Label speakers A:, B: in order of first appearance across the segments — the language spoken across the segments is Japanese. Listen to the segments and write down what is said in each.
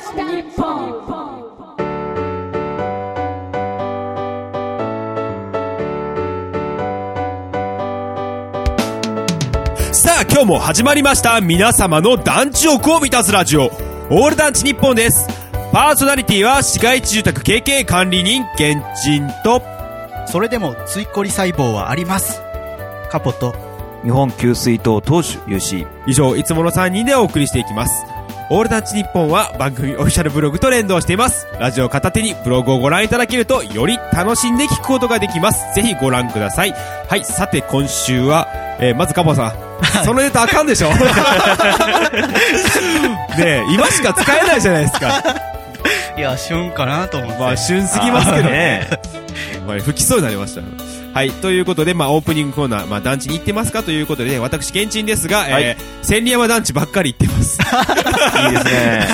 A: した日本
B: さあ今日も始まりました皆様の団地欲を満たすラジオオール団地日本ですパーソナリティは市街地住宅 KK 管理人現人と
C: それでも、ついこり細胞はあります。カポと、
D: 日本給水塔投手 UC
B: 以上いつもの3人でお送りしていきますオール団地日本は番組オフィシャルブログと連動していますラジオ片手にブログをご覧いただけるとより楽しんで聞くことができますぜひご覧くださいはいさて今週は、えーまずカボさんそのネタあかんでしょ ねえ今しか使えないじゃないですか
C: いや、旬かなと思って。
B: まあ、旬すぎますけどね。 まあ、吹きそうになりましたよ。はい。ということで、まあ、オープニングコーナー、まあ、団地に行ってますかということで、ね、私、現地ですが、
D: は
B: え
D: い
B: ー、千里山団地ばっかり行ってます。
D: いいですね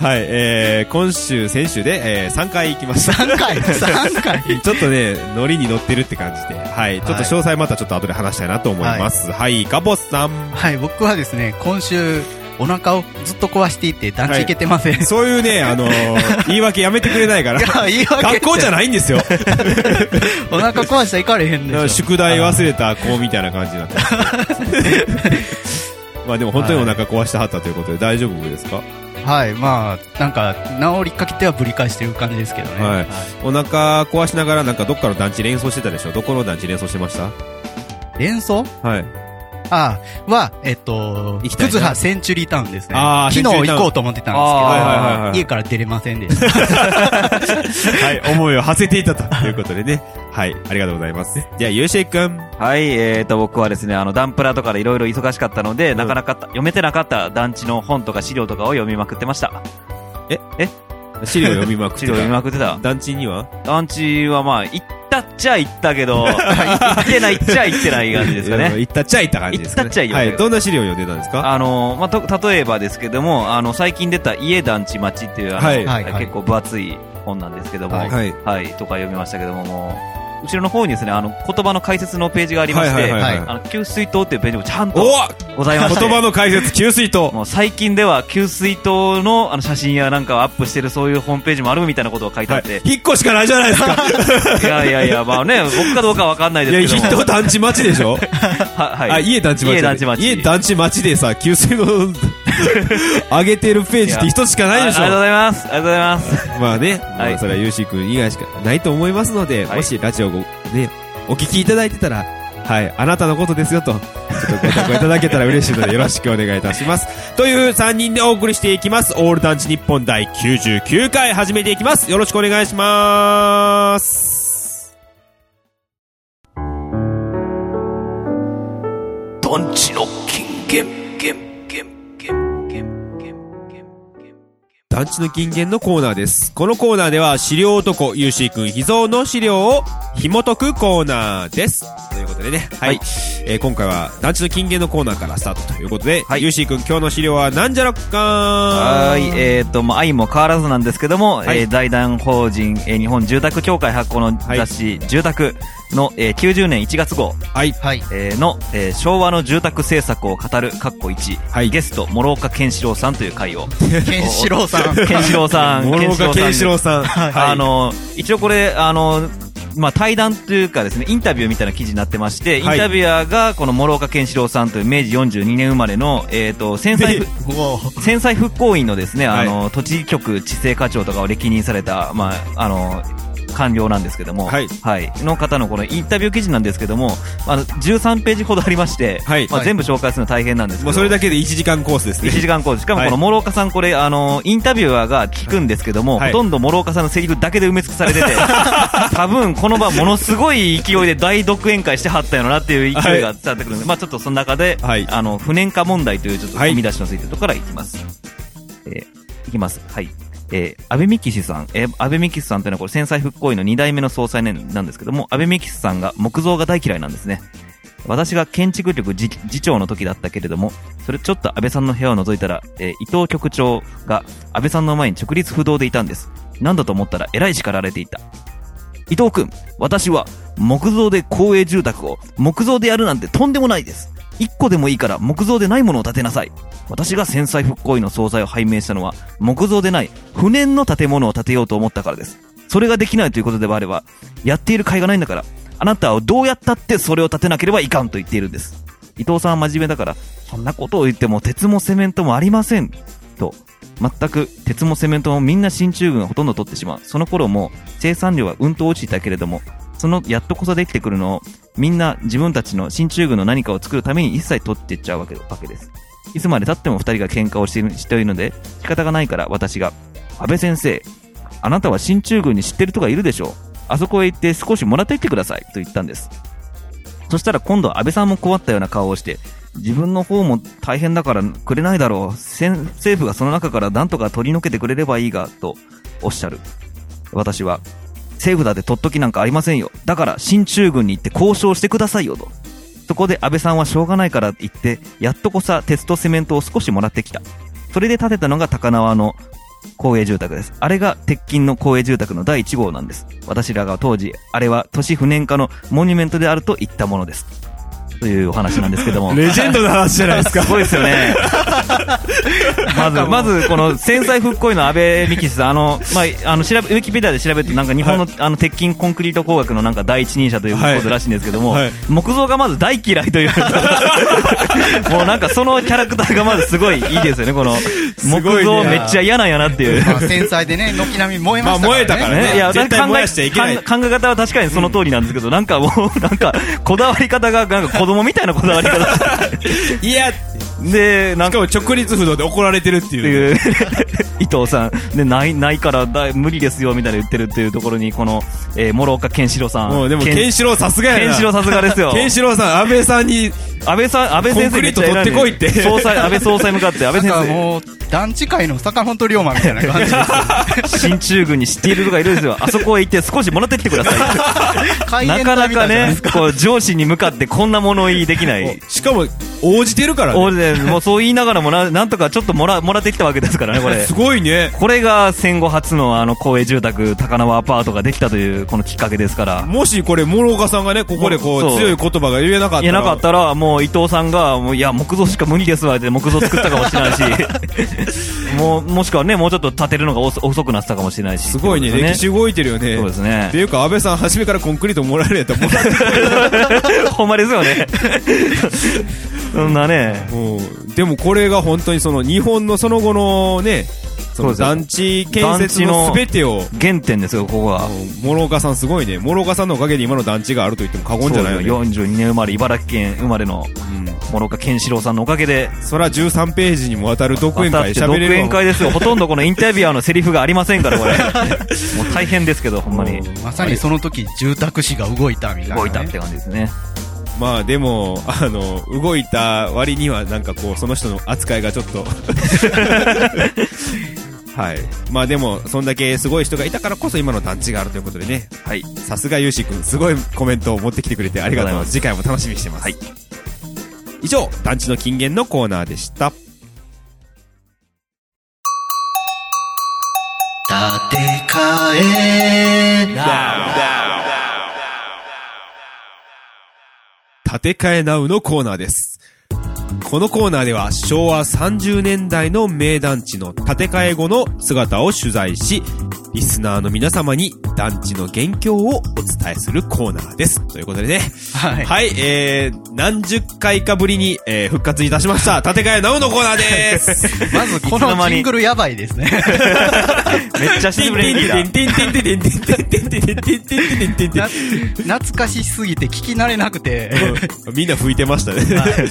B: はい。えー、今週、先週で、えー、3回行きました。
C: 3回 ?3 回
B: ちょっとね、ノリに乗ってるって感じで、はい。ちょっと詳細またちょっと後で話したいなと思います。はい。ガボスさん。
C: はい、僕はですね、今週、お腹をずっと壊していて、団地行けてません。い、
B: そう いうね、あのー 言い訳 やめてくれないから。
C: や、言い訳
B: 学校じゃ
C: い
B: ないんですよ。
C: お腹壊したら行かれへんでしょ。
B: 宿題忘れた子みたいな感じになってます まあでも本当にお腹壊してはったということで大丈夫ですか、
C: はい、まあ、なんか、治りかけてはぶり返してる感じですけどね。
B: はいお腹壊しながらなんかどっかの団地連想してたでしょどこの団地連想してました
C: 連想
B: はい。
C: ああ、は、えっと、
B: 行きたい
C: く
B: な
C: ずはセンチュリータウンですね。
B: ああ
C: 昨
B: センチュリー
C: 日
B: タウン
C: 行こうと思ってたん
B: ああはいはいはい
C: です
B: は
C: け
B: い
C: ど、家から出れませんでした。
B: はい、思いを馳せていたということでね。はい、ありがとうございます。じゃあ、ゆうしくん。
D: はいえーと僕はですねあのダンプラとかでいろいろ忙しかったので、なかなかた読めてなかった団地の本とか資料とかを読みまくってました
B: 資料読みまくって
D: 資料読み
B: た。
D: まくってた
B: 団地には
D: 団地はまあ行ったっちゃ行った けど行ってないっちゃ行ってない感じですか
B: えー
D: ね
B: 行ったっちゃ行った感じですかね。
D: 行ったっちゃ
B: は
D: 行った
B: い、どんな資料を読んでたんですか
D: あのまあ、と例えばですけどもあの最近出た「家団地町」っていうあの、
B: はい
C: はいはい
D: 結構分厚い本なんですけども、
C: はい
B: い。
D: はい、とか読みましたけども、もう、後ろの方にですね、あの、言葉の解説のページがありまして、
B: はいはいはい
C: は
D: あの、給水塔っていうページもちゃん
B: お
D: と
B: お
D: ございまして、
B: 言葉の解説、給水塔。
D: もう最近では給水塔のあの写真やなんかをアップしてるそういうホームページもあるみたいなことが書いてあ
B: は
D: って
B: い。、引っ越しかないじゃないですか。
D: い、やいやいや、まあね、僕かどうかわかんない
B: いや、
D: です
B: 引
D: け
B: っ
D: ども、
B: 越団地町でしょ
D: ははい、
B: あ、家団地町。
D: 家団地町
B: 家団地町でさ、給水の、 上げてるページって人しかないでし
D: あありがとうご
B: ょ。
D: ざいます。ありがとうございます。
B: まあね、
D: はい
B: まあそれはゆうしーくん以外しかないと思いますので、
D: はい
B: もしラジオをね、お聞きいただいてたら、はい、あなたのことですよと、ちょっとご投稿いただけたら嬉しいので、よろしくお願いいたします。 という3人でお送りしていきます。オール団地日本第99回始めていきます。よろしくお願いします。
E: 団地の金言言言言言言言
B: 団地の金言のコーナーです。このコーナーでは資料男、ゆうしーくん秘蔵の資料を紐解くコーナーです。ということでね、はい。
D: はい
B: えー今回は団地の金言のコーナーからスタートということで、
D: はい
B: ゆうしーくん今日の資料はなんじゃろっかー
D: はーい、えっ、と、まあ、愛も変わらずなんですけども、
B: はい
D: えー財団法人、えー日本住宅協会発行の雑誌、住宅の、えー90年1月号、
B: はい。
C: はい。
D: えーの、えー昭和の住宅政策を語る、かっこ1、
B: はい
D: ゲスト、諸岡健志郎さんという回を、
C: ケンシロ ウさん。
D: 健志郎さん、
B: 諸岡健
D: です
B: 志郎さん。
D: あ、の、一応これ、あの、まあ、対談というかですね、インタビューみたいな記事になってまして、イン
B: はい
D: タビュアーがこの諸岡健志郎さんという明治42年生まれの、えっ、と、戦災、
C: おー
D: 戦災復興員のですね、
B: はい
D: あの、都知事局知政課長とかを歴任された、まあ、あの、官僚なんですけども、
B: はい
D: の方のこのインタビュー記事なんですけども、あの、13ページほどありまして、
B: はい
D: まあ、
C: はい
D: 全部紹介するの大変なんですけ
B: も
D: ど、
B: うそれだけで1時間コースですね。
D: 1時間講座しかもこの諸岡さん、これ、あの、インタビュアーが聞くんですけども、
B: はい
D: ほとんど諸岡さんのセリフだけで埋め尽くされてて、 多分この場、ものすごい勢いで大独演会してはったんやろなっていう勢いが伝わってくるんで、まあちょっとその中で、
B: はい
D: あの、不燃化問題というちょっと
B: はい
D: 踏み出しのついてるところからいきます。えーいきます。はい。えー、安倍幹氏さん、えー、安倍幹氏さんというのはこれ、戦災復興医の2代目の総裁なんですけども、安倍幹氏さんが木造が大嫌いなんですね。私が建築力次次長の時だったけれども、それちょっと安倍さんの部屋を覗いたら、えー伊藤局長が安倍さんの前に直立不動でいたんです。何だと思ったらえらい叱られていた。伊藤君、私は木造で公営住宅を木造でやるなんてとんでもないです。一個でもいいから木造でないものを建てなさい。私が戦災復興医の総裁を拝命したのは、木造でない不燃の建物を建てようと思ったからです。それができないということではあれば、やっている甲斐がないんだから、あなたはどうやったってそれを建てなければいかんと言っているんです。伊藤さんは真面目だから、そんなことを言っても鉄もセメントもありません。と、全く鉄もセメントもみんな進駐軍がほとんど取ってしまう。その頃も生産量はうんと落ちていたけれども、そのやっとこそできてくるのを、みんな自分たちの進駐軍の何かを作るために一切取っていっちゃうわけわけです。いつまで経っても二人が喧嘩をしているしているので、仕方がないから私が、安倍先生、あなたは進駐軍に知ってる人がいるでしょう。あそこへ行って少しもらってきてください。と言ったんです。そしたら今度は安倍さんも困ったような顔をして、自分の方も大変だからくれないだろう。せん政府がその中からなんとか取り除けてくれればいいが、とおっしゃる。私は、政府だって取っときなんかありませんよ。だから、進駐軍に行って交渉してくださいよ、と。そこで安倍さんはしょうがないから言って、やっとこさ鉄とセメントを少しもらってきた。それで建てたのが高輪の公営住宅です。あれが鉄筋の公営住宅の第1号なんです。私らが当時、あれは都市不燃化のモニュメントであると言ったものです。というお話なんですけ ども。
B: レジェンドの話じゃないですか。
D: すごいですよね。まず、まず、この、戦災復興医の安倍幹久さん、あの、まあ、あの、調べ、ウィキペディアで調べると、なんか日本の、あの、鉄筋コンクリート工学のなんか第一人者ということらしいんですけども、
B: はいはい
D: 木造がまず大嫌い という、もうなんかそのキャラクターがまずすごいいいですよね、この、
B: ごいね
D: 木造めっちゃ嫌なんやなっていう。
C: まあ、繊細でね、軒並み燃えまし
B: ま
C: たから、ね。
B: あ燃えたからね
D: ね、いや、
B: 絶対
D: 考え
B: 燃やしちゃいけない
D: 考え考え方は確かにその通りなんですけど、なんかもう、なんか、こだわり方が、なんか子供みたいなこだわり方し て
B: いや、し
D: で、なん
B: か
D: か
B: も直立不動で怒られてるって
D: って
B: いう。
D: いう 伊藤さんでないないからだ無理ですよみたいな言ってるっていうところにこの、えー、諸岡健志郎さん
B: もうでも、
D: 健
B: ケンシロウさすがやな。
D: 健志郎さすがですよ
B: ケンシロウさん、安倍さんに、
D: 安倍さん安倍先生
B: コンクリート取ってこいって
D: めちゃ偉のに総裁安倍総裁向かって安倍
C: なんか
D: 先
C: もう、団地界の坂本龍馬みたいな感じです。
D: 生進駐軍に知っている人がいるんですよあそこへ行って少しもらってきてください
C: 海
D: な
C: 援隊
D: か
C: みた
D: なか
C: いじゃいで
D: ね
C: す
D: こう上司に向かってこんな物言いで きない
B: しかも、応じてるからね。
D: 俺ねもうそう言いながらもななんとかちょっともらもらってきたわけですから ねこれ
B: すごいね。
D: これが戦後初のあの公営住宅高輪アパートができたというこのきっかけですから
B: もしこれ、諸岡さんがね、ここでこう、
D: そう
B: 強い言葉が言えなかったら。
D: いやなかったら、もう伊藤さんが、もういや、木造しか無理ですわって、木造作ったかもしれないし、 もうもしくはね、もうちょっと建てるのが遅遅くなってたかもしれないし、
B: すごいね、
D: ってことで
B: 歴
D: す
B: 史動いてるよね。
D: そうです
B: っ
D: ね
B: て、いうか、安倍さん、初めからコンクリートもらえるやったらもらって
D: ほんまですよね、そんなね、
B: うんでもこれが本当にその、日本のその後のね、その
D: そうです
B: 団地建設の
D: 団地の
B: 全てを、
D: 原点ですよ、ここは。
B: うん諸岡さんすごいね。諸岡さんのおかげで今の団地があると言っても過言じゃないよね。
D: 42年生まれ、茨城県生まれの
B: うん
D: 諸岡健志郎さんのおかげで、
B: そら13ページにもわたる独演
D: 当た
B: 会
D: って
B: 喋
D: 独
B: れる
D: 演
B: わ
D: 会ですよ、ほとんどこのインタビュアーのセリフがありませんから、こ れ、もう大変ですけど、ほんまに
C: まさにその時、住宅市が動いたみたいな、ね。
D: 動いたって感じですね。
B: まあでも、あの、動いた割にはなんかこう、その人の扱いがちょっ と。はい。まあでも、そんだけすごい人がいたからこそ今の団地があるということでね。
D: はい
B: さすがゆうしくん、すごいコメントを持ってきてくれてありがとう。
D: ありがとうございます
B: 次回も楽しみにしてます。
D: はい
B: 以上、団地の金言のコーナーでした。
E: 建て替え
B: 建て替えナウのコーナーです。このコーナーでは昭和30年代の名団地の建て替え後の姿を取材し、リスナーの皆様に団地の現況をお伝えするコーナーです。ということでね。
C: はい。
B: はい、えー、何十回かぶりに、えー復活いたしました。建て替えナウのコーナーです。
C: まず、こ
D: いつの
C: の
D: 間に
C: ジングルやばいですね。
D: めっちゃ久しぶりに聞いた
C: な懐かしすぎて聞き慣れなくて。
B: うん みんな吹いてましたね。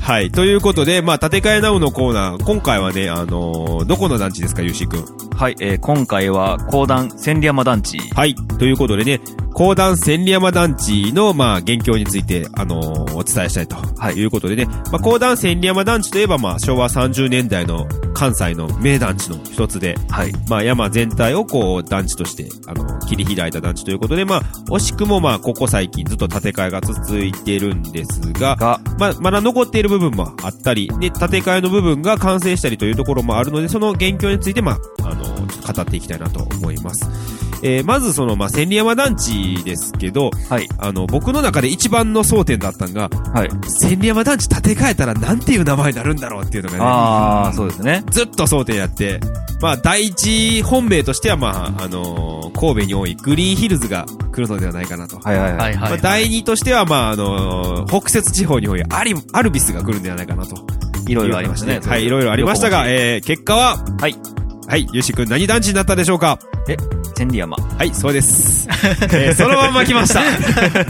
B: はい。ということで、まあ、建て替えナウのコーナー、今回はね、あのーどこの団地ですか、ゆうしーくん。
D: はい、えー今回は、講談千里山団地。
B: はい。ということでね、高段千里山団地の、まあ、現況について、あのーお伝えしたいと。
D: はい
B: いうことでね、まあ、高段千里山団地といえば、まあ、昭和30年代の関西の名団地の一つで、
D: はい。
B: まあ、山全体をこう団地としてあの切り開いた団地ということで、まあ、惜しくもまあここ最近ずっと建て替えが続いているんですが、
D: が、
B: まあ、まだ残っている部分もあったり、で、建て替えの部分が完成したりというところもあるので、その現況について、まあ、あの、ちょっと語っていきたいなと思います。えーまずその、まあ、千里山団地ですけど、
D: はい。
B: あの、僕の中で一番の争点だったのが、
D: はい。
B: 千里山団地建て替えたらなんていう名前になるんだろうっていうのがね、
D: ああ、そうですね。
B: ずっと争点やって、まあ、第一本命としては、まあ、あのー神戸に多いグリーンヒルズが来るのではないかなと。
D: はいはいは。
C: はいいはい。
B: まあ、第二としては、まあ、あのー北摂地方に多いアリ、アルビスが来るんではないかなと。
D: いろいろありましたね。
B: はい、いろいろありましたが、えー、結果は、
D: はい。
B: はい、ゆうしくん何団地になったでしょうか
D: え、千里 山。
B: はい、そうです。 えー、そのまんま来ました。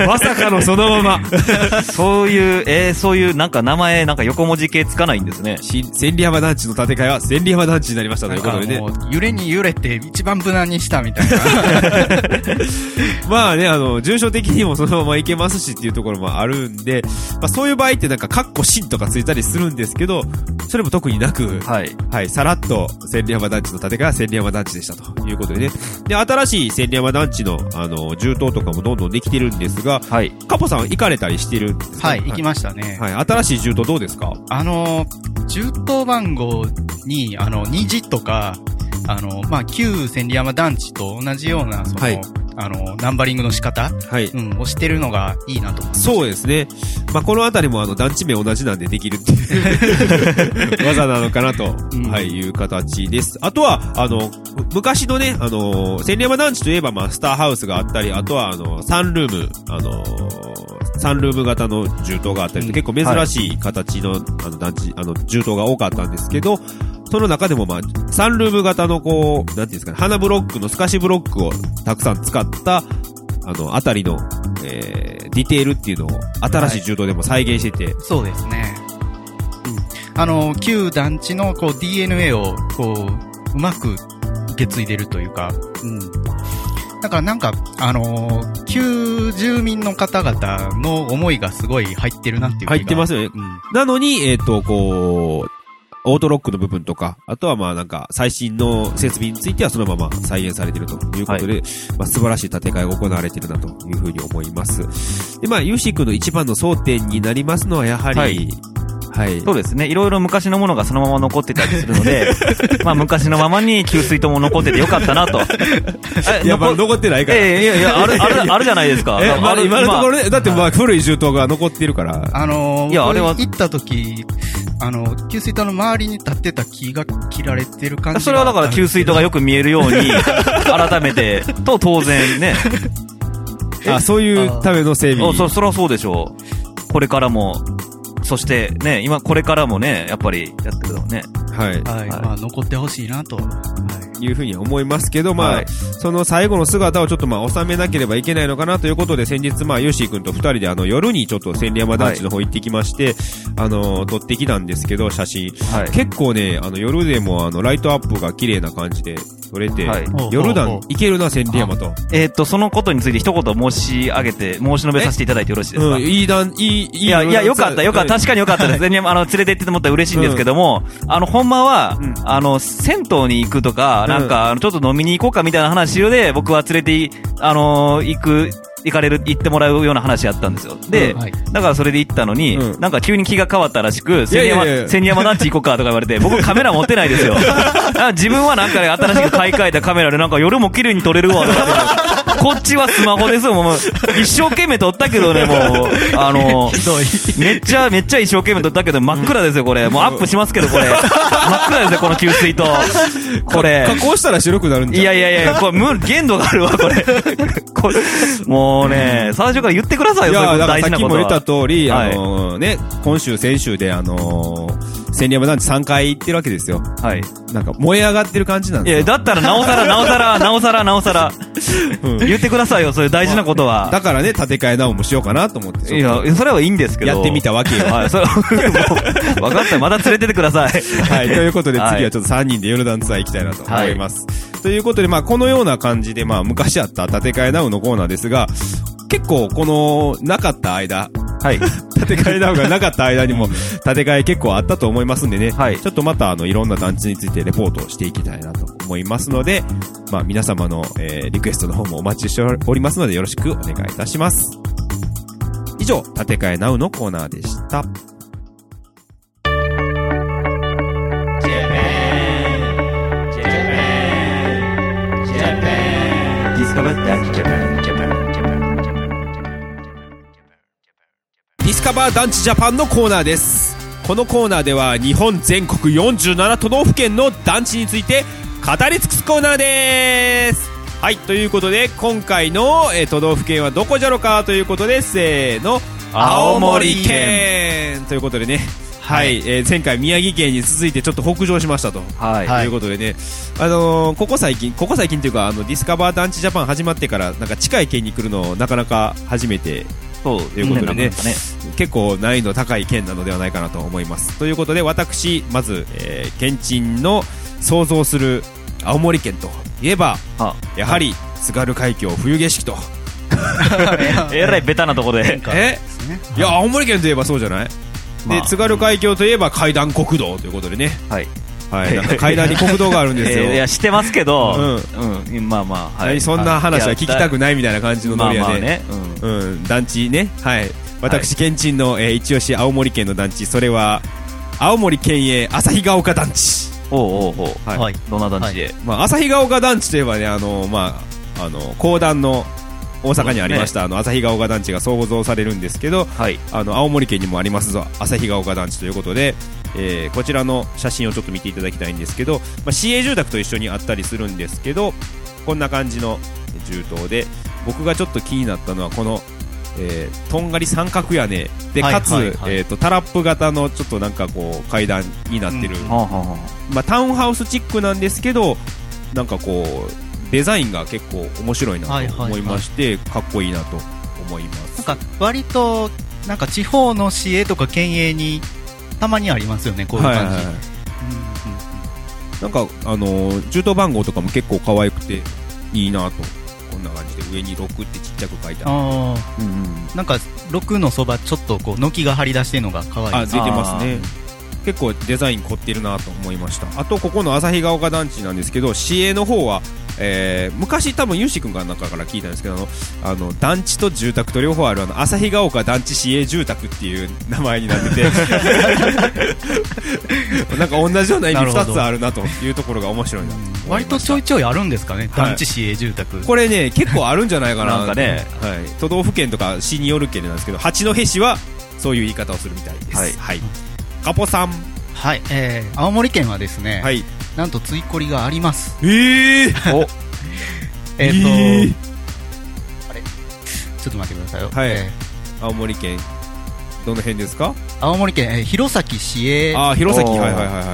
B: まさかのそのまま。
D: そういう、えー、そういう、なんか名前、なんか横文字系つかないんですね。
B: 新千里山団地の建て替えは千里山団地になりましたと
C: ないん
B: うこと
C: か
B: でね
C: も。う揺れに揺れて一番無難にしたみたいな。
B: まあね、あの、重症的にもそのままいけますしっていうところもあるんで、まあそういう場合ってなんか、カッコシンとかついたりするんですけど、それも特になく、
D: はい。
B: はい、さらっと千里山団地の建て替えは千里山団地でしたということでね。で、新しい千里山団地の、あの、重棟とかもどんどんできてるんですが、
D: はい。
B: カポさん行かれたりしてるんですか
C: はい、行きましたね。
B: はい、新しい重棟どうですか
C: あの、中東番号に、あの、虹とか、あの、まあ、旧千里山団地と同じような、その、
B: はい
C: あの、ナンバリングの仕方、
B: はい。
C: うん、をしてるのがいいなと思いました
B: そうですね。まあ、このあたりもあの団地名同じなんでできるっていう 技なのかなと、
C: ん
B: はい、いう形です。あとは、あの、む昔のね、あの、千里山団地といえば、まあ、スターハウスがあったり、あとは、あの、サンルーム、あの、サンルーム型の銃刀があったりと、結構珍しい形の、あの、団地、あの、銃刀が多かったんですけど、その中でもまあ、サンルーム型のこう、なんていうんですかね、花ブロックの透かしブロックをたくさん使った、あの、あたりの、えー、ディテールっていうのを新しい柔道でも再現してて、
C: そうですね。うん。あの、旧団地の、こう、DNA を、こう、うまく受け継いでるというか、うん。だからなんか、あの旧住民の方々の思いがすごい入ってるなっていう気が
B: 入ってますよね。
C: うん。
B: なのに、えっ、と、こう、オートロックの部分とか、あとはまあなんか最新の設備についてはそのまま再現されているということで、まあ素晴らしい建て替えが行われているなというふうに思います。で、まあ、ユーシー君の一番の争点になりますのはやはり、は
D: はいい。そうですね。いろいろ昔のものがそのまま残ってたりするの で、まあ昔のままに給水塔も残っててよかったな と。え
B: いや、まあ残ってないから。
D: ええいや いや、ある、ある、あるじゃないですか。
B: え、まあ、
D: る
B: 今のところね、だってまあ古い銃刀が残っているから、
C: あの
D: いやあれは
C: 僕行った時、あの、給水塔の周りに立ってた木が切られてる感じ
D: それはだから給水塔がよく見えるよ うに、改めて、と当然ね。
B: あ、そういうための整備。
D: おそ、そらそうでしょう。これからも、そしてね、今これからもね、やっぱりやってくだろうね。
B: はい。
C: が、はい、
D: はい
C: まあ残ってほしいなと。はい
B: いうふうに思いますけど、まあ、
D: はい
B: その最後の姿をちょっとまあ収めなければいけないのかなということで、先日まあ、ヨッシー君と二人であの夜にちょっと千里山団地の方行ってきまして、あの、撮ってきたんですけど、写真。
D: はい。
B: 結構ね、あの夜でもあのライトアップが綺麗な感じで撮れて、
D: はい
B: 夜
C: ほうほ
B: 団
C: うほ
B: 行けるな、千里山と。
D: えーっと、そのことについて一言申し上げて、申し述べさせていただいてよろしいですか、
B: うん、いい団、いい、いい
D: いや、いや、よかった、よかった。
B: 確
D: 確かによかったです。全然、あの、連れて行ってもらったら嬉しいんですけども、あの、ほんまは、
B: うん
D: あの、銭湯に行くとか、
B: ん
D: なんか、あのちょっと飲みに行こうかみたいな話で、僕は連れてい、あの、行く、行かれる、行ってもらうような話やったんですよ。で、
C: はい
D: だからそれで行ったのに、
B: うん
D: なんか急に気が変わったらしく、
B: いや
D: 千
B: いやいや
D: 里山、千里山団地行こうかとか言われて、僕カメラ持ってないですよ。 あ自分はなんかね新しく買い替えたカメラでなんか夜も綺麗に撮れるわとか言って。こっちはスマホですよ、もう。一生懸命撮ったけどね、もう。あの、めっちゃ、めっちゃ一生懸命撮ったけど、真っ暗ですよ、これ。もうアップしますけど、これ。真っ暗ですよ、この給水塔。これ。
B: 加工したら白くなるんじゃ
D: い
B: ん。
D: やいやいや、これ、無限度があるわ、これ。これもうね、最初から言ってください
B: い
D: よ、そ
B: や
D: ういう
B: だ
D: こと
B: からさっ
D: 大事な
B: きも
D: こと
B: 言った
D: は
B: 通り、
D: はい
B: あのーね、今週、先週で、あのー、千里山団地3回行ってるわけですよ。
D: はい。
B: なんか燃え上がってる感じなん
D: い
B: です
D: や、
B: よ。
D: だったら、なおさら、なおさら、なおさら、なおさら、
B: うん
D: 言ってくださいよ、そういう大事なことは。
B: だからね、建て替え直もしようかなと思ってち
D: い
B: ょっと、
D: や、それはいいんですけど。
B: やってみたわけよ。
D: はい、それ、 もう分かった、また連れてってください。
B: はい、 ということで
D: はい
B: 次はちょっと3人でヨルダンツアー行きたいなと思います。ということで、まあこのような感じで、まあ昔あった建て替えナウのコーナーですが、結構このなかった間、
D: はい。
B: 建て替えナウがなかった間 にも、建て替え結構あったと思いますんでね、
D: はい
B: ちょっとまたあのいろんな団地についてレポートをしていきたいなと思いますので、まあ皆様の、えーリクエストの方もお待ちしておりますのでよろしくお願いいたします。以上、建て替えナウのコーナーでした。
D: ディ
B: ディスカバー団地ジャパンのコーナーですこのコーナーでは日本全国47都道府県の団地について語り尽くすコーナーですはいということで今回の、えー都道府県はどこじゃろかということでせーの
D: 青森
B: 県ということでねはい、えー前回宮城県に続いてちょっと北上しましたと
D: はい。
B: ということでね、あのーここ最近、ここ最近というか、あのディスカバー団地ジャパン始まってから、なんか近い県に来るの、なかなか初めて、
D: そう
B: ということでね
D: なんかね
B: 結構難易度高い県なのではないかなと思います。ということで、私、まず、えー、県人の想像する青森県といえば、
D: あ
B: やはり津軽海峡冬景色と、
D: えらいベタなとこで。
C: か
B: え
C: ですね。
B: いや、青森県といえばそうじゃない、
D: まあ
B: で津軽海峡といえば階段国道ということでね、
D: はい。
B: はい、なんか階段に国道があるん
D: え
B: ですよ。
D: ーいや、してますけど、
B: う
D: うん。まあまあ、はい。
B: 何そんな話は聞きたく
D: な
B: ないみたいな感じのノリや
D: まあまあ
B: で、
D: ね。うん
B: うん、団地ね、はい、私、県人の、えー一押し、青森県の団地、それは青森県営旭ヶ丘団地、
D: おうおうおう。
B: はい
C: はい
D: どんな団地で。
B: まあ、旭ヶ丘団地といえばね、あのまあ、あの高段の大阪にありました、あの旭ヶ丘団地が想像されるんですけど、
D: はい。
B: あの青森県にもありますぞ旭ヶ丘団地ということで、えーこちらの写真をちょっと見ていただきたいんですけど、まあ、市営住宅と一緒にあったりするんですけどこんな感じの住棟で僕がちょっと気になったのはこの、えーとんがり三角屋根で
C: はい
B: かつ、
C: はいはい
B: えー、とタラップ型のちょっとなんかこう階段になってる、
C: うん
D: はあはあは
B: まあ、タウンハウスチックなんですけどなんかこうデザインが結構面白いな
C: はい
B: と
C: はいはい
B: 思いまして、かっこいいなと思います。
C: なんか割となんか地方の市営とか県営にたまにありますよねこういう
B: はい
C: 感
B: はい
C: じ。
B: はい
C: うんうん
B: なんか、あのー、中東番号とかも結構可愛くていいなと。こんな感じで上に6ってちっちゃく書いてある。
C: ああ
D: あうんうん
C: なんか6のそばちょっとこう軒が張り出してるのが可愛い
B: あ、
C: です
B: 出てますね。結構デザイン凝ってるなと思いました。あと、ここの旭ヶ丘団地なんですけど、市営の方は、えー昔多分ユンシ君が中から聞いたんですけど、あの、あの団地と住宅と両方あるあの、旭ヶ丘団地市営住宅っていう名前になってて、なんか同じような意味2つあるなというところが面白いなと思いました。
C: 割とちょいちょいあるんですかね、
B: はい
C: 団地市営住宅
B: これね、結構あるんじゃないかな。
D: なんかね
B: はい。都道府県とか市によるけれなんですけど、八戸市はそういう言い方をするみたいです。
D: はい
B: はい。カポさん。
C: はい、えー、青森県はですね、
B: はい。
C: なんと追いこりがあります
B: ええ
D: お、
B: え
C: えっ、と、
B: ー
C: あれちょっと待ってくださいよ、
B: はい
C: え
B: 青森県、どの辺ですか
C: ー青森県、えー弘前市営
B: ああ、弘前。
D: おー
B: はいはいはいはい。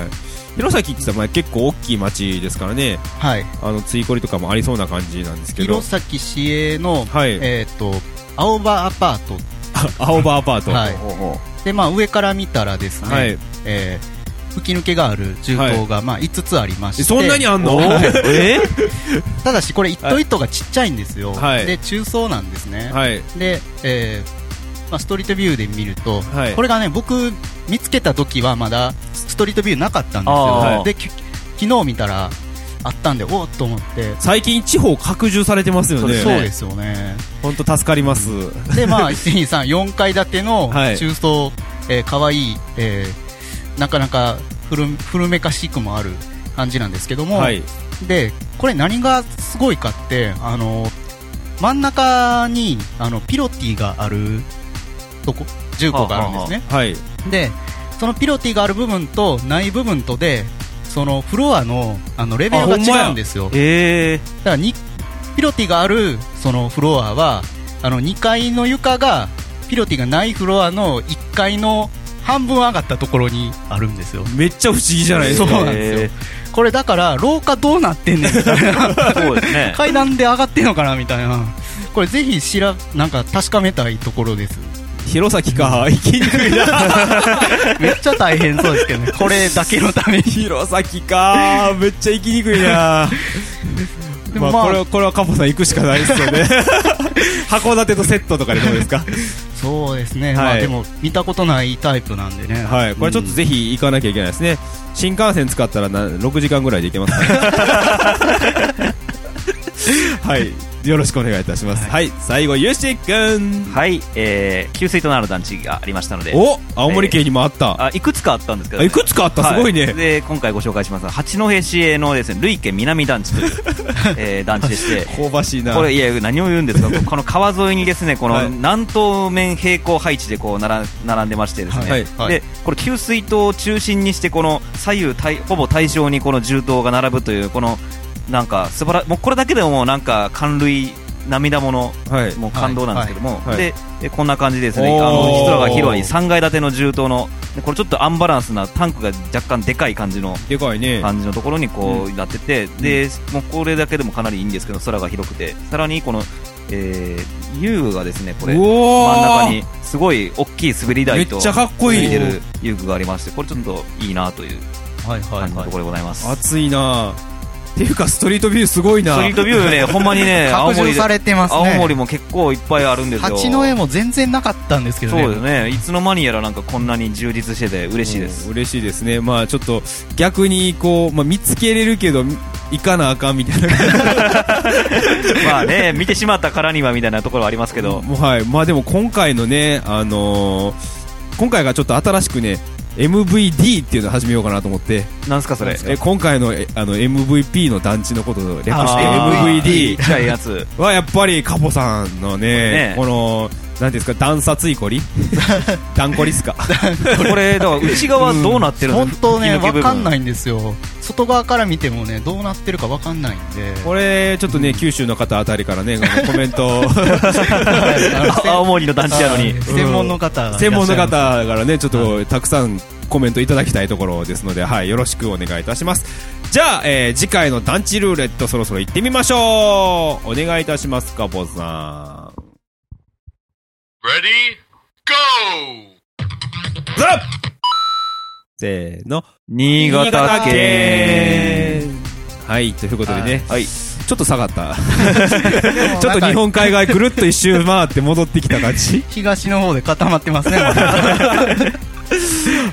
B: 弘前って言ったらまあ結構大きい町ですからね、
C: はい
B: あの、ついこりとかもありそうな感じなんですけど
C: 弘、前市営の、
B: はい。
C: えっ、と青葉アパー
B: 青葉アパート。
C: ト、はい
D: おうおう
C: でまあ、上から見たらですね、
B: はい。
C: えー吹き抜けがある銃刀が、まあ、5つありまして
B: えそんなにあんの
D: え
C: ただしこれ一頭一頭がちっちゃいんですよ、
B: はい
C: で中層なんですね、
B: はい。
C: で、えーまあ、ストリートビューで見ると、
B: はい
C: これがね僕見つけた時はまだストリートビューなかったんです
D: あ
C: よ
D: ー
C: でき昨日見たらあったんでおおっと思って、
B: 最近地方拡充されてますよね。
C: そうですよね
B: 本当助かります。
C: でまあ1234階建ての
B: はい
C: 中層、えー、かわいい、えーなかなか古古めかしくもある感じなんですけども、
B: はい。
C: でこれ何がすごいかってあの真ん中にあのピロティがあるとこ重工があるんですね
B: はい。
C: でそのピロティがある部分とない部分とでそのフロアのあのレベルが
B: あほんまや
C: 違うんですよだ
D: え
C: からにピロティがあるそのフロアはあの2階の床がピロティがないフロアの1階の半分上がったところにあるんですよ
B: めっちゃ不思議じゃないですか。
C: そうなんですよこれだから廊下どうなってん ねんみたいな
D: そうですね。
C: 階段で上がってんのかなみたいなこれぜひ知らなんか確かめたいところ です
B: 弘前か、行きにくい な。
C: めっちゃ大変そうですけどねこれだけのために
B: 弘前か、めっちゃ行きにくいな。
C: で
B: まあ、
C: もまあ
B: これは、これはカポさん行くしかないですよ ね。函館とセットとかでどうですか
C: そうですね、ま
B: は
C: あ
B: い
C: でも見たことないタイプなんでね
B: はい。これちょっとぜひ行かなきゃいけないですね。新幹線使ったらな6時間ぐらいで行けますからはい。よろしくお願いいたします。はい、最後、ゆうしくん。
D: はい、えー、給水となる団地がありましたので、
B: お青森県にもあった。
D: あいくつかあったんですけど、
B: あいくつかあった、す
D: はい
B: ごいね。
D: で今回ご紹介します八戸市営のですね累計南団地という、えー団地 でして
B: 香ばしいな。
D: これいや何を言うん ですかここの川沿いにですねこ
B: はい
D: の南東面平行配置でこうなら並んでましてですね、
B: はい
C: はい
D: でこれ給水塔を中心にしてこの左右対ほぼ対称にこの銃刀が並ぶというこのなんか素晴らもうこれだけでももうなんか感涙涙もの
B: はい。
D: もう感動なんですけども、
B: いはい
D: でえこんな感じでですね、
B: おー
D: あの人らが広い3階建ての銃刀の、でこれちょっとアンバランスなタンクが若干でかい感じの
B: でかいね。
D: 感じのところにこうなってて、でもうこれだけでもかなりいいんですけど、空が広くて、さらにこの、えー、遊具がですね、これ、真ん
B: おー
D: 中にすごい大きい滑り
B: め
D: 台
B: っ
D: と
B: ちゃかっこ
D: つ
B: い
D: いて
B: い。
D: る遊具がありまして、これちょっといいなという
C: はいは
D: 感
C: い
D: じのとこ
C: は
D: ろでございます。
B: 熱いな。っていうか、ストリートビューすごいな。
D: ストリートビューね、ほんまにね、
C: い。
D: 青
C: 拡
D: 森
C: 充
D: で
C: されてます
D: 青
C: ね。
D: 森も結構いっぱいあるんですよ。
C: 八戸も全然なかったんですけどね。
D: そうですね、いつの間にやらなんかこんなに充実してて嬉しいです。
B: うん嬉しいですね。まあちょっと逆にこう、まあ見つけれるけど、行かなあかんみたいな感
D: まあね、見てしまったからにはみたいなところはありますけ
B: じ
D: ど、
B: もうはい。まあでも今回のね、あのー今回がちょっと新しくね、MVD っていうのを始めようかなと思って、
D: なんすかそれ。
B: え今回のえあの MVP の団地のことを略して
D: あー
B: MVD
D: 近いやつ。
B: はやっぱりカポさんのね
D: ね
B: このなんていうんですか段差ついこ り段こりっすか
D: これ、だから内側どうなってるの。
C: 本当ね、わかんないいんですよ。外側から見てもね、どうなってるかわかんないんで。
B: これちょっとね九州の方あたりからねコメント
D: あ 青森の団地やのに
C: はい。専門の方がいらっしゃいます
B: 専門の方からねちょっとたくさんコメントいただきたいところですので、はい、よろしくお願いいたしますじゃあ、えー次回の団地ルーレットそろそろ行ってみましょうお願いいたしますカポさん
F: Ready? Go!
B: せーの
D: 新潟県。
B: はい、ということでね、
D: はい。
B: ちょっと下が った。
C: でも
B: ちょっと
C: なんか
B: 日本海側ぐるっと一周回って戻ってきた感じ。
C: 東の方で固まってま すね、まだ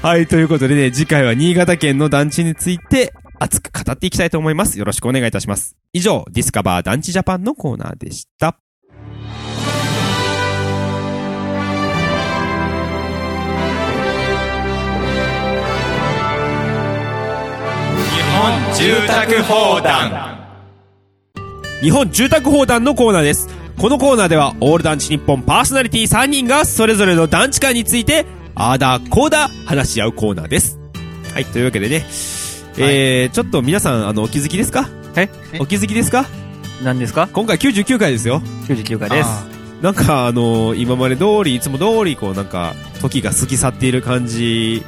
B: はい、ということでね、次回は新潟県の団地について熱く語っていきたいと思います。よろしくお願いいたします。以上、ディスカバー団地ジャパンのコーナーでした。
E: 住宅放談
B: 日本住宅砲弾のコーナーです。このコーナーでは、オール団地日本パーソナリティ3人が、それぞれの団地間について、あーだこうだ、話し合うコーナーです。はい、というわけでね、えー、ちょっと皆さん、あの、お気づきですか
D: え
B: お気づきですか
D: 何ですか
B: 今回99回ですよ。
D: ?99 回です。
C: あ
B: なんか、あの今まで通り、いつも通り、こう、なんか、時が過ぎ去っている感じ、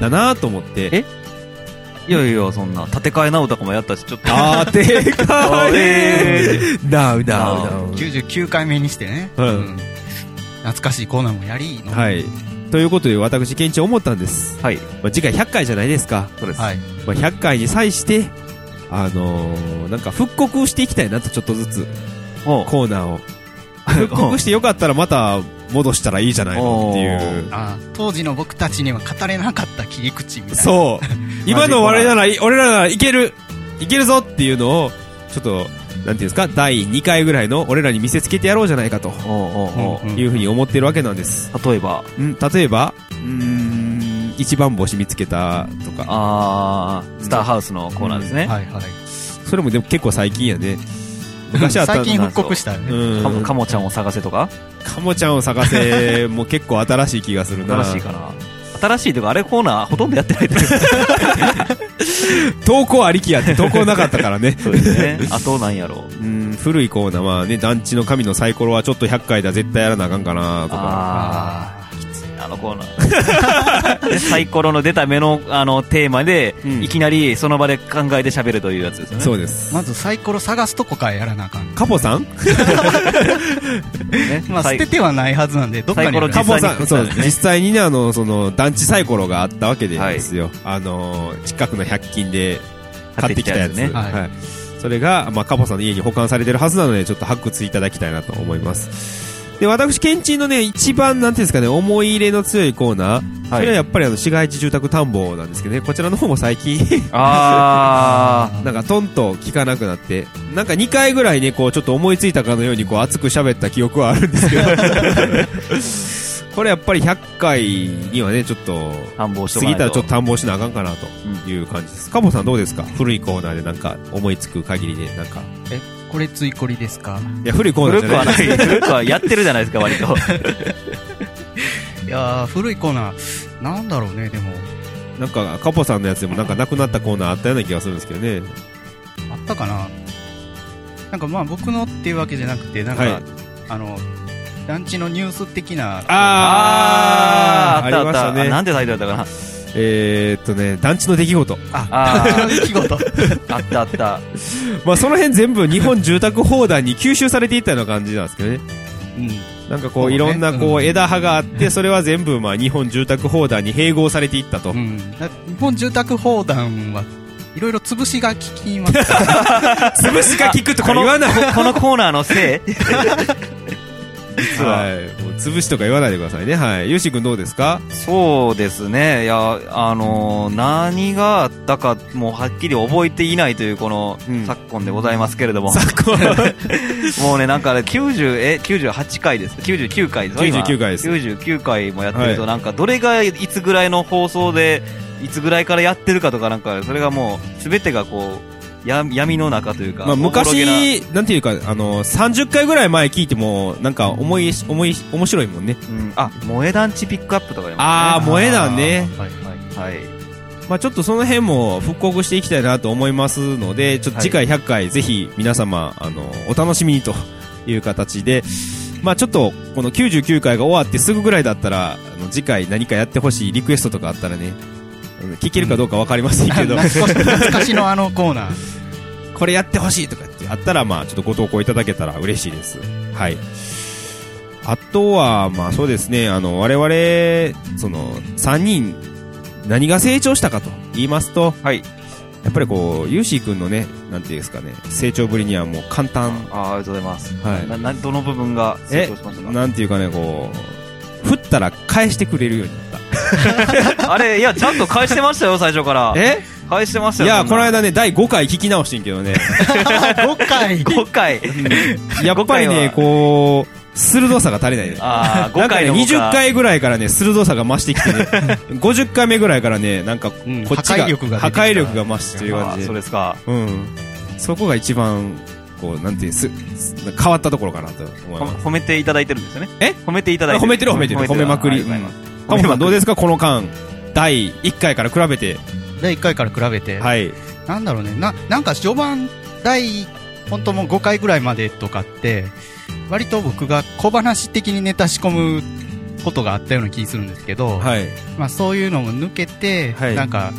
B: だなと思って。
D: えいやいや、そんな、建て替え直とかもやったし、ちょっと。
B: あーて か
D: え
B: えなう
D: なう
B: なう
D: な
C: ー99回目にしてね。
B: うん
C: 懐かしいコーナーもやりの、
B: はい。ということで、私、ケンチ思ったんです。
D: はい、
B: まあ、次回100回じゃないですか。
D: そうです。
C: はい。
B: まあ、100回に際して、あのーなんか復刻していきたいなと、ちょっとずつ、
D: おう
B: コーナー を。復刻してよかったらまた戻したらいいじゃないのっていう。
C: あー当時の僕たちには語れなかった切り口みたいな。
B: そう。今の俺なら、俺らならいける、いけるぞっていうのを、ちょっと、なんていうんですか、第2回ぐらいの俺らに見せつけてやろうじゃないかと
D: おうおうおう
C: うん
B: いうふうに思ってるわけなんです。
D: 例えば、
B: うん、例えば、うーん、一番星見つけたとか、
D: あー、スターハウスのコーナーです
C: は
D: ね。
C: いはい。
B: それもでも結構最近やね。昔は
C: 最近復刻したよね。
D: かも
B: うん、
D: かもちゃんを探せとか
B: かもちゃんを探せも結構新しい気がするな
D: 新しいかな。新しいというか、あれコーナーほとんどやってないです
B: 投稿ありきやって投稿なかったからね
D: そうですね。あとなんやろう。
B: うん古いコーナーはね団地の神のサイコロはちょっと100回だ絶対やらなあかんかなとか
D: あーきついなあのコーナーで サイコロの出た目のあのテーマで、
B: うん
D: いきなりその場で考えて喋るというやつですよね
B: そうです
C: まずサイコロ探すとこからやらなあかん。
B: カポさん
D: ね
C: まあ、
D: サイ
C: 捨ててはないはずなんで、どっかにある
D: サ
B: カ
D: イコロ
B: ポさん
D: 実
B: そ
D: 際に
B: う実際にねあのその団地サイコロがあったわけですよ、あの近くの100均で買ってきたやつ
D: 買ってき
C: たやつねはい
B: はいそれが、まあ、カポさんの家に保管されてるはずなのでちょっと発掘いただきたいなと思いますで、私、ケンチンのね、一番、なんていうんですかね、思い入れの強いコーナー、それはやっぱりあの、市街地住宅探訪なんですけどね、こちらの方も最近、
D: あー。
B: なんかトンと聞かなくなって、なんか2回ぐらいね、こうちょっと思いついたかのようにこう熱く喋った記憶はあるんですけど、 これやっぱり100回にはね、ちょっと、
D: 繁忙しと
B: 過
D: かな
B: ぎ
D: い
B: たらちょっと探訪しなあかんかなという感じです。カボさんどうですか古いコーナーでなんか思いつく限りで、なんか。
C: え、これついこりですか
B: いや、古いコーナー
D: 古
B: じ
D: く
B: ゃ
D: は
B: ない
D: ない。古くはやってるじゃないですか、割 と。
C: いやー、古いコーナー。なんだろうね、でも。
B: なんか、カボさんのやつでもなんかなくなったコーナーあったような気がするんですけどね。
C: あったかななんかまあ僕のっていうわけじゃなくて、なんか、
B: はい
C: あの、団地のニュース的な。
B: あー
D: あった
B: あり
D: あった。
B: ま
D: あ
B: した
D: な
B: ね。
D: んてタイトルだったかな。
B: えー、っとね、団地の出来事。
D: あ
C: 出来事。
D: ー、あったあ った。
B: まあその辺全部日本住宅砲弾に吸収されていったような感じなんですけどね。
C: うん。
B: なんかこ
C: そう
B: う
C: ね
B: いろんなこ
C: う
B: う枝葉があってそれは全部まあ日本住宅砲弾に併合されていったと
C: う。ん。だ日本住宅砲弾はいろいろ潰しが効き ますから
B: 潰しが効くとか
D: この
B: 言わない。
D: このコーナーのせい実は。
B: はい。もう潰しとか言わないでくださいね。はい。ヨシ君どうですか
D: そうですね。いや、あのー何があったか、もうはっきり覚えていないという、この、
B: うん
D: 昨今でございますけれども。
B: 昨今。
D: もうね、なんかね、90、え、98回です。99回です。今
B: 99回です
D: 99回もやってると、
B: は
D: なんか、どれがいつぐらいの放送で、いつぐらいからやってるかとか、なんか、それがもう、すべてがこう、や闇の中というか、
B: まあ
D: おぼろげ
B: 昔、なんていうか、あの、30回ぐらい前聞いても、なんか思い、思い、面白いもんね。
D: な、うん、あ、萌え団地ピックアップとかでも、
B: あー、萌えだね。
C: はいはい。
D: はい。
B: まあちょっとその辺も復刻していきたいなと思いますので、ちょっと次回100回ぜひ皆様、あの、お楽しみにという形で、まあちょっとこの99回が終わってすぐぐらいだったら、あの次回何かやってほしいリクエストとかあったらね、あの聞けるかどうかわかりませんけど
C: 懐、かし懐かしのあのコーナー。
B: これやってほしいとかってあったら、まあちょっとご投稿いただけたら嬉しいです。はい。あとは、まあそうですね、あの、我々、その、3人、何が成長したかと言いますと、
D: はい。
B: やっぱりこう、ユーシー君のね、なんていうんですかね、成長ぶりにはもう簡単、
D: あーありがとうございます。
B: はい
D: な、な、どの部分が成長しましたか
B: なんていうかね、こう、振ったら返してくれるようになっ
D: あれ、いや、ちゃんと返してましたよ、最初から
B: た。。え
D: 返してまし
B: い
D: たよ。
B: や、
D: そん
B: こ
D: な
B: の間ね、第5回聞き直してんけど ね、
C: 5回。
D: 5回。
B: やっぱりね、
D: 5回は
B: こう、鋭さが足りないね。
D: ああ、
B: な
D: 5
B: んか
D: 回
B: ね、
D: の方が
B: 20回ぐらいからね、鋭さが増してきてね、50回 目ぐらいからね、なんか、こ
C: うん
B: っちが、
C: 破壊力が出
B: 破
C: てきた
B: 壊力が増してという感
D: あー
B: じ
D: そう
B: で、
D: ですか。
B: うん。そこが一番、こう、なんていうんす、す変わったところかなと思い
D: ほ
B: ます。
D: 褒めていただいてるんですよね。
B: え
D: 褒めていただいて
B: あ褒めてる褒めてる褒めまくり
D: はいはいはい
B: カモさんどうですかこの間、第1回から比べて。
C: 第1回から比べて。
B: はい。
C: なんだろうね、な、なんか序盤、第、本当もう5回ぐらいまでとかって、割と僕が小話的にネタ仕込むことがあったような気するんですけど、
B: はい。
C: まあそういうのも抜けて、
B: はい
C: なんか、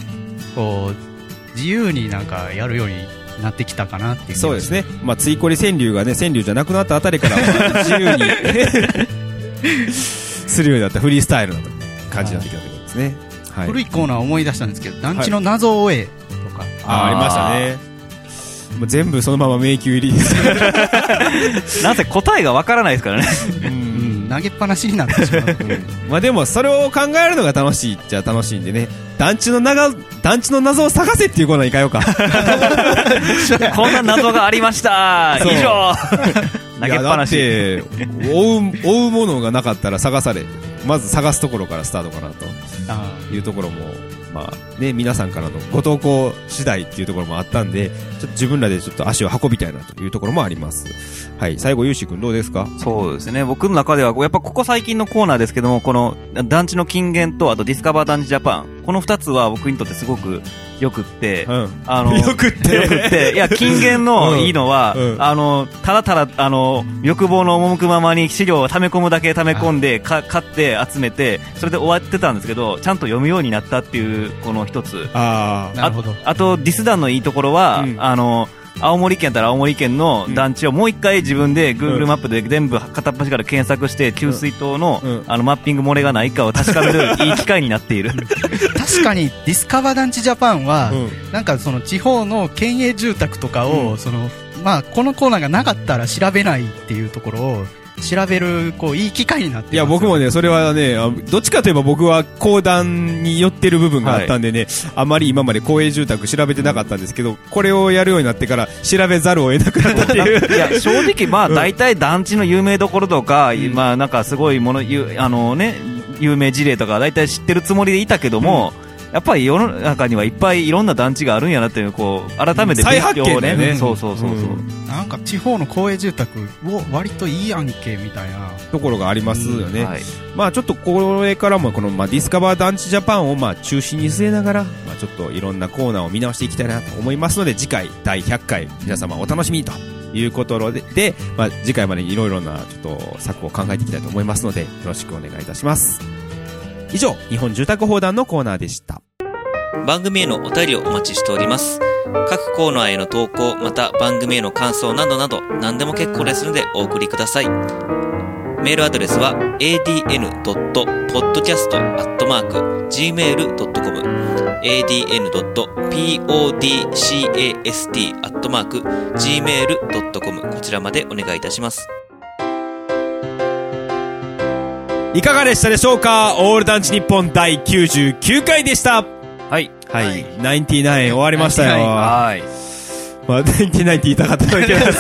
C: こう、自由になんかやるようになってきたかなっていう。
B: そうですね。まあ、ついこり川柳がね、川柳じゃなくなったあたりからは、自由に、するようになったフリースタイルな感じになってきたということですね。はい。
C: 古いコーナー思い出したんですけど、団地の謎を追えとか、
B: あ、ありましたね。もう全部そのまま迷宮入りです。
D: なぜ答えがわからないですからね。
C: うん、投げっぱなしになってしまう。
B: まあでも、それを考えるのが楽しいっちゃ楽しいんでね。団地の長、団地の謎を探せっていうコーナーに変えようか。
D: こんな謎がありました。
B: そう
D: 以上。 投
B: い
D: げ
B: や
D: っぱな
B: だっ
D: し。
B: て追う追うものがなかったら探されまず探すところからスタートかなと
C: あー
B: いうところもまあね皆さんからのご投稿次第っていうところもあったんでちょっと自分らでちょっと足を運びたいなというところもありますはい最後ゆうし君どうですか
D: そうですね。僕の中では、やっぱここ最近のコーナーですけども、この団地の金言と、あとディスカバー団地ジャパン。この二つは僕にとってすごく良くって、
B: うん
D: あ の、
B: よくって
D: よ くって。いや、金言のいいのは、
B: うんうん
D: あの、ただただ、あの、欲望の赴くままに資料を溜め込むだけ溜め込んで、か、買って集めて、それで終わってたんですけど、ちゃんと読むようになったっていう、この一つ。
B: あ
C: なるほど。
D: あと、ディス団のいいところは、
B: うん
D: あの、青森県やったら青森県の団地をもう一回自分で
B: うん
D: Google マップで全部片っ端から検索して給水塔の,、
B: うん
D: あのマッピング漏れがないかを確か めるいい機会になっている。
C: 確かに、ディスカバー団地ジャパンは、
B: あうん
C: なんかその地方の県営住宅とかを、そのまあこのコーナーがなかったら調べないっていうところを調べる、こう、いい機会になってます
B: いや、僕もね、それはね、あどっちかといえば僕は講談に寄ってる部分があったんでね、あまり今まで公営住宅調べてなかったんですけど、これをやるようになってから調べざるを得なくなったっていう。
D: いや正直、まあ、
B: うん
D: 大体団地の有名どころとか、まあ、なんかすごいもの、ゆあのね、有名事例とか、大体知ってるつもりでいたけども、やっぱり世の中にはいっぱいいろんな団地があるんやなっていう、こう、改めて
B: 再
D: 勉
B: 発見
D: 強を
B: だ
D: ね
B: よね
D: うんそうそうそうそう。
B: うん
C: なんか地方の公営住宅を割といい案件みたいな。
B: ところがありますよね。
D: はい
B: まあちょっとこれからもこの、まあ、ディスカバー団地ジャパンをまあ中心に据えながら、まあ、ちょっといろんなコーナーを見直していきたいなと思いますので、次回第100回皆様お楽しみにということで、でまあ、次回までにいろいろなちょっと策を考えていきたいと思いますので、よろしくお願いいたします。以上、日本住宅砲弾のコーナーでした。
F: 番組へのお便りをお待ちしております。各コーナーへの投稿、また番組への感想などなど、何でも結構ですのでお送りください。メールアドレスは adn.podcast.gmail.com adn.podcast.gmail.com こちらまでお願いいたします。
B: いかがでしたでしょうかオール団地日本第99回でしたはい。はい。99終わりましたよ。
D: はい。
B: まあ、99って言い たかっただけで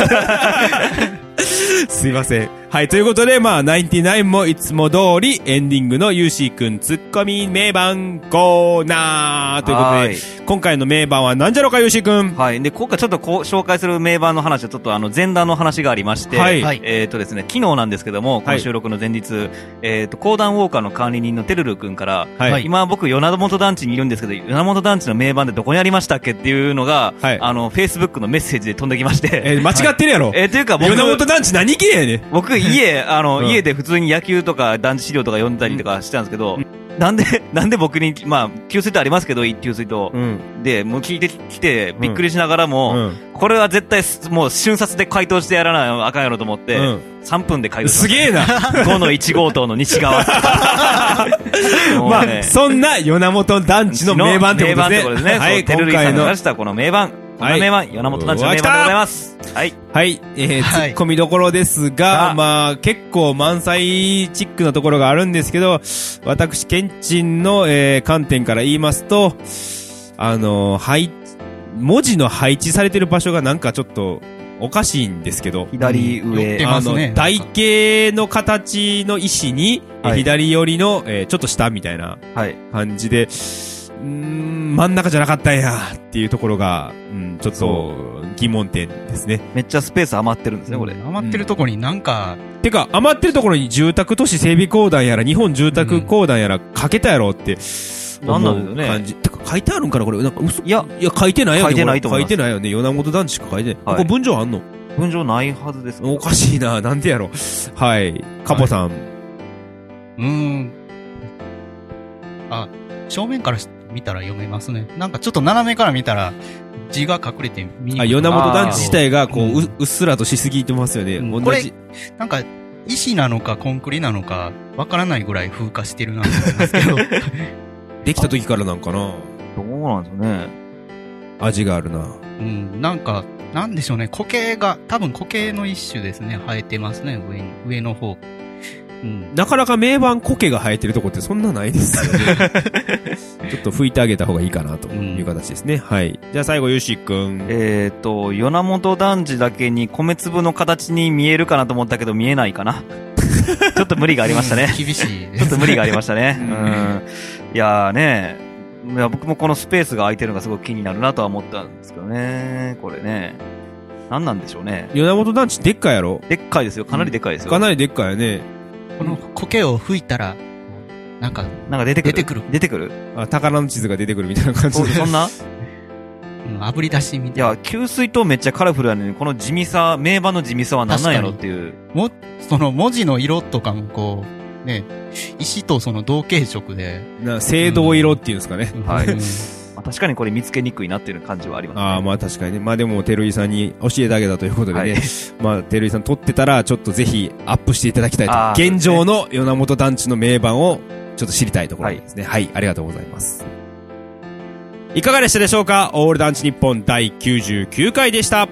B: す。すいません。はい、ということで、まあ、99もいつも通り、エンディングの UC くんツッコミ名盤コーナーと
D: はいいう
B: ことで、今回の名盤は何じゃろうか、UC くん。
D: はい。で、今回ちょっとこう紹介する名盤の話は、ちょっとあの、前段の話がありまして、
B: はい
C: はい
D: えっ、とですね、昨日なんですけども、この収録の前日、えっ、と、講談ウォーカーの管理人のてるるくんから、
B: はい
D: 今僕、与那本団地にいるんですけど、与那本団地の名盤でどこにありましたっけっていうのが、
B: はい
D: あの、Facebook のメッセージで飛んできまして、
B: えー間違ってるやろ。
D: えーというか僕、
B: 米本団地何系やねん。
D: 僕、家、あの、
B: うん
D: 家で普通に野球とか団地資料とか読んだりとかしてたんですけど、なんで、 なんで僕に、まあ、給水とありますけど、一給水と、
B: うん。
D: で、もう聞いてきて、びっくりしながらも、
B: うん。
D: これは絶対す、もう瞬殺で回答してやらなあかんやろと思って、
B: うん
D: 3分で回答し
B: す
D: まし
B: げえな。
D: た。5の1号棟の西側。 もう
B: ま
D: ね
B: あ、そんな、米本団地の名盤ってことですね。
D: は、
B: はいい、
D: テル
B: 今
D: リーさ
B: 回
D: んが
B: の
D: 出。したこの名盤。この名盤、米本団地の名盤でございます。はい。
B: はい、えー、ツ
C: はい
B: ッコミどころですが、
D: あ
B: まあ、結構満載チックなところがあるんですけど、私、ケンチンの、えー観点から言いますと、あのー、配、文字の配置されてる場所がなんかちょっと、おかしいんですけど、
D: 左
C: 寄っ
D: 上。
C: て
B: あ
C: ます
B: の
C: ね、。
B: 台形の形の石に、えー
D: はい
B: 左寄りの、えーちょっと下みたいな
D: はい。
B: 感じで、うーん、真ん中じゃなかったんや、っていうところが、うん、ちょっと疑問点ですね。
D: めっちゃスペース余ってるんですね、これ。
C: 余ってるとこになんか、
B: てか、余ってるところに住宅都市整備公団やら、日本住宅公団やら、かけたやろって、
D: なんなんだろうね
B: 思う感じ。てか、書いてあるんかなこれ、なんか嘘
D: いや、
B: いや、書いてないよね。
D: 書いてないと
B: こ
D: 思
B: れ書い
D: います
B: てないよね。米本団地しか書いてない。
D: はい
B: これ文章あんの
D: 分譲ないはずです。
B: おかしいな。 なんでやろ。はい。カポさん。
C: うーん。あ、正面から見たら読めますね。なんかちょっと斜めから見たら字が隠れて見に
B: あ、
C: くい
B: 米本団地自体が、こう、
C: うん
B: ううっすらとしすぎてますよね。
C: うん
B: 同じ。
C: なんか石なのかコンクリなのかわからないぐらい風化してるなと思いますけ ど。
B: できた時からなんかな。
D: どうなんですよね。
B: 味があるな。
C: うん、なんか、なんでしょうね、固形が、多分固形の一種ですね、生えてますね、上に、上の方。うん。
B: なかなか名盤苔が生えてるとこってそんなないですよ ね。ちょっと拭いてあげた方がいいかなという形ですね。はい。じゃあ最後、ゆうしーくん。
D: えっ、と、与那本団地だけに米粒の形に見えるかなと思ったけど、見えないか な。ちょっと無理がありましたね。
C: 厳しいで
D: ちょっ
C: す
D: と。無理がありましたね。
C: うん
D: うん。いやーね、いや僕もこのスペースが空いてるのがすごく気になるなとは思ったんですけどね、これね。何なんでしょうね。
B: 米本団地でっかいやろ
D: でっかいですよ。かなりでっかいですよ。
B: かなりでっかいよね。
C: この固形を吹いたら、なんか、
D: なんか出てくる。
C: 出てくる。
D: 出てくる。
B: あ、宝の地図が出てくるみたいな感じ
D: そ
B: で。
D: そんな
C: うん炙り出しみ
D: い
C: たいな。
D: や、給水塔めっちゃカラフルなのに、この地味さ、名場の地味さは何なんやろっていう。
C: も、その文字の色とかもこう、ね、石とその同系色で。
B: な、青銅色っていうんですかね。
D: はい
C: うん
D: まあ、確かにこれ見つけにくいなっていう感じはあります、ね。
B: ああ、まあ確かにね。まあでも、てるいさんに教えてあげたということでね。
D: はい
B: まあ、てるいさん撮ってたら、ちょっとぜひアップしていただきたい
D: あ
B: と。
D: ー
B: 現状の米本団地の名盤を、ちょっと知りたいところですね。はい、ありがとうございます。いかがでしたでしょうかオール団地日本第99回でした。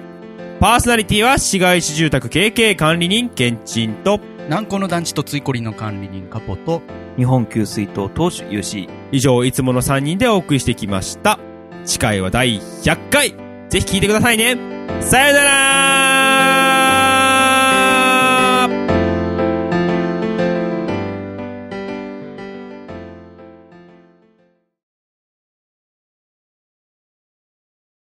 B: パーソナリティは、市街地住宅 KK 管理人、ケンチンと、
C: 南高の団地とついこりの管理人カポと、
D: 日本給水塔投手 UC。
B: 以上、いつもの3人でお送りしてきました。次回は第100回ぜひ聞いてくださいねさよなら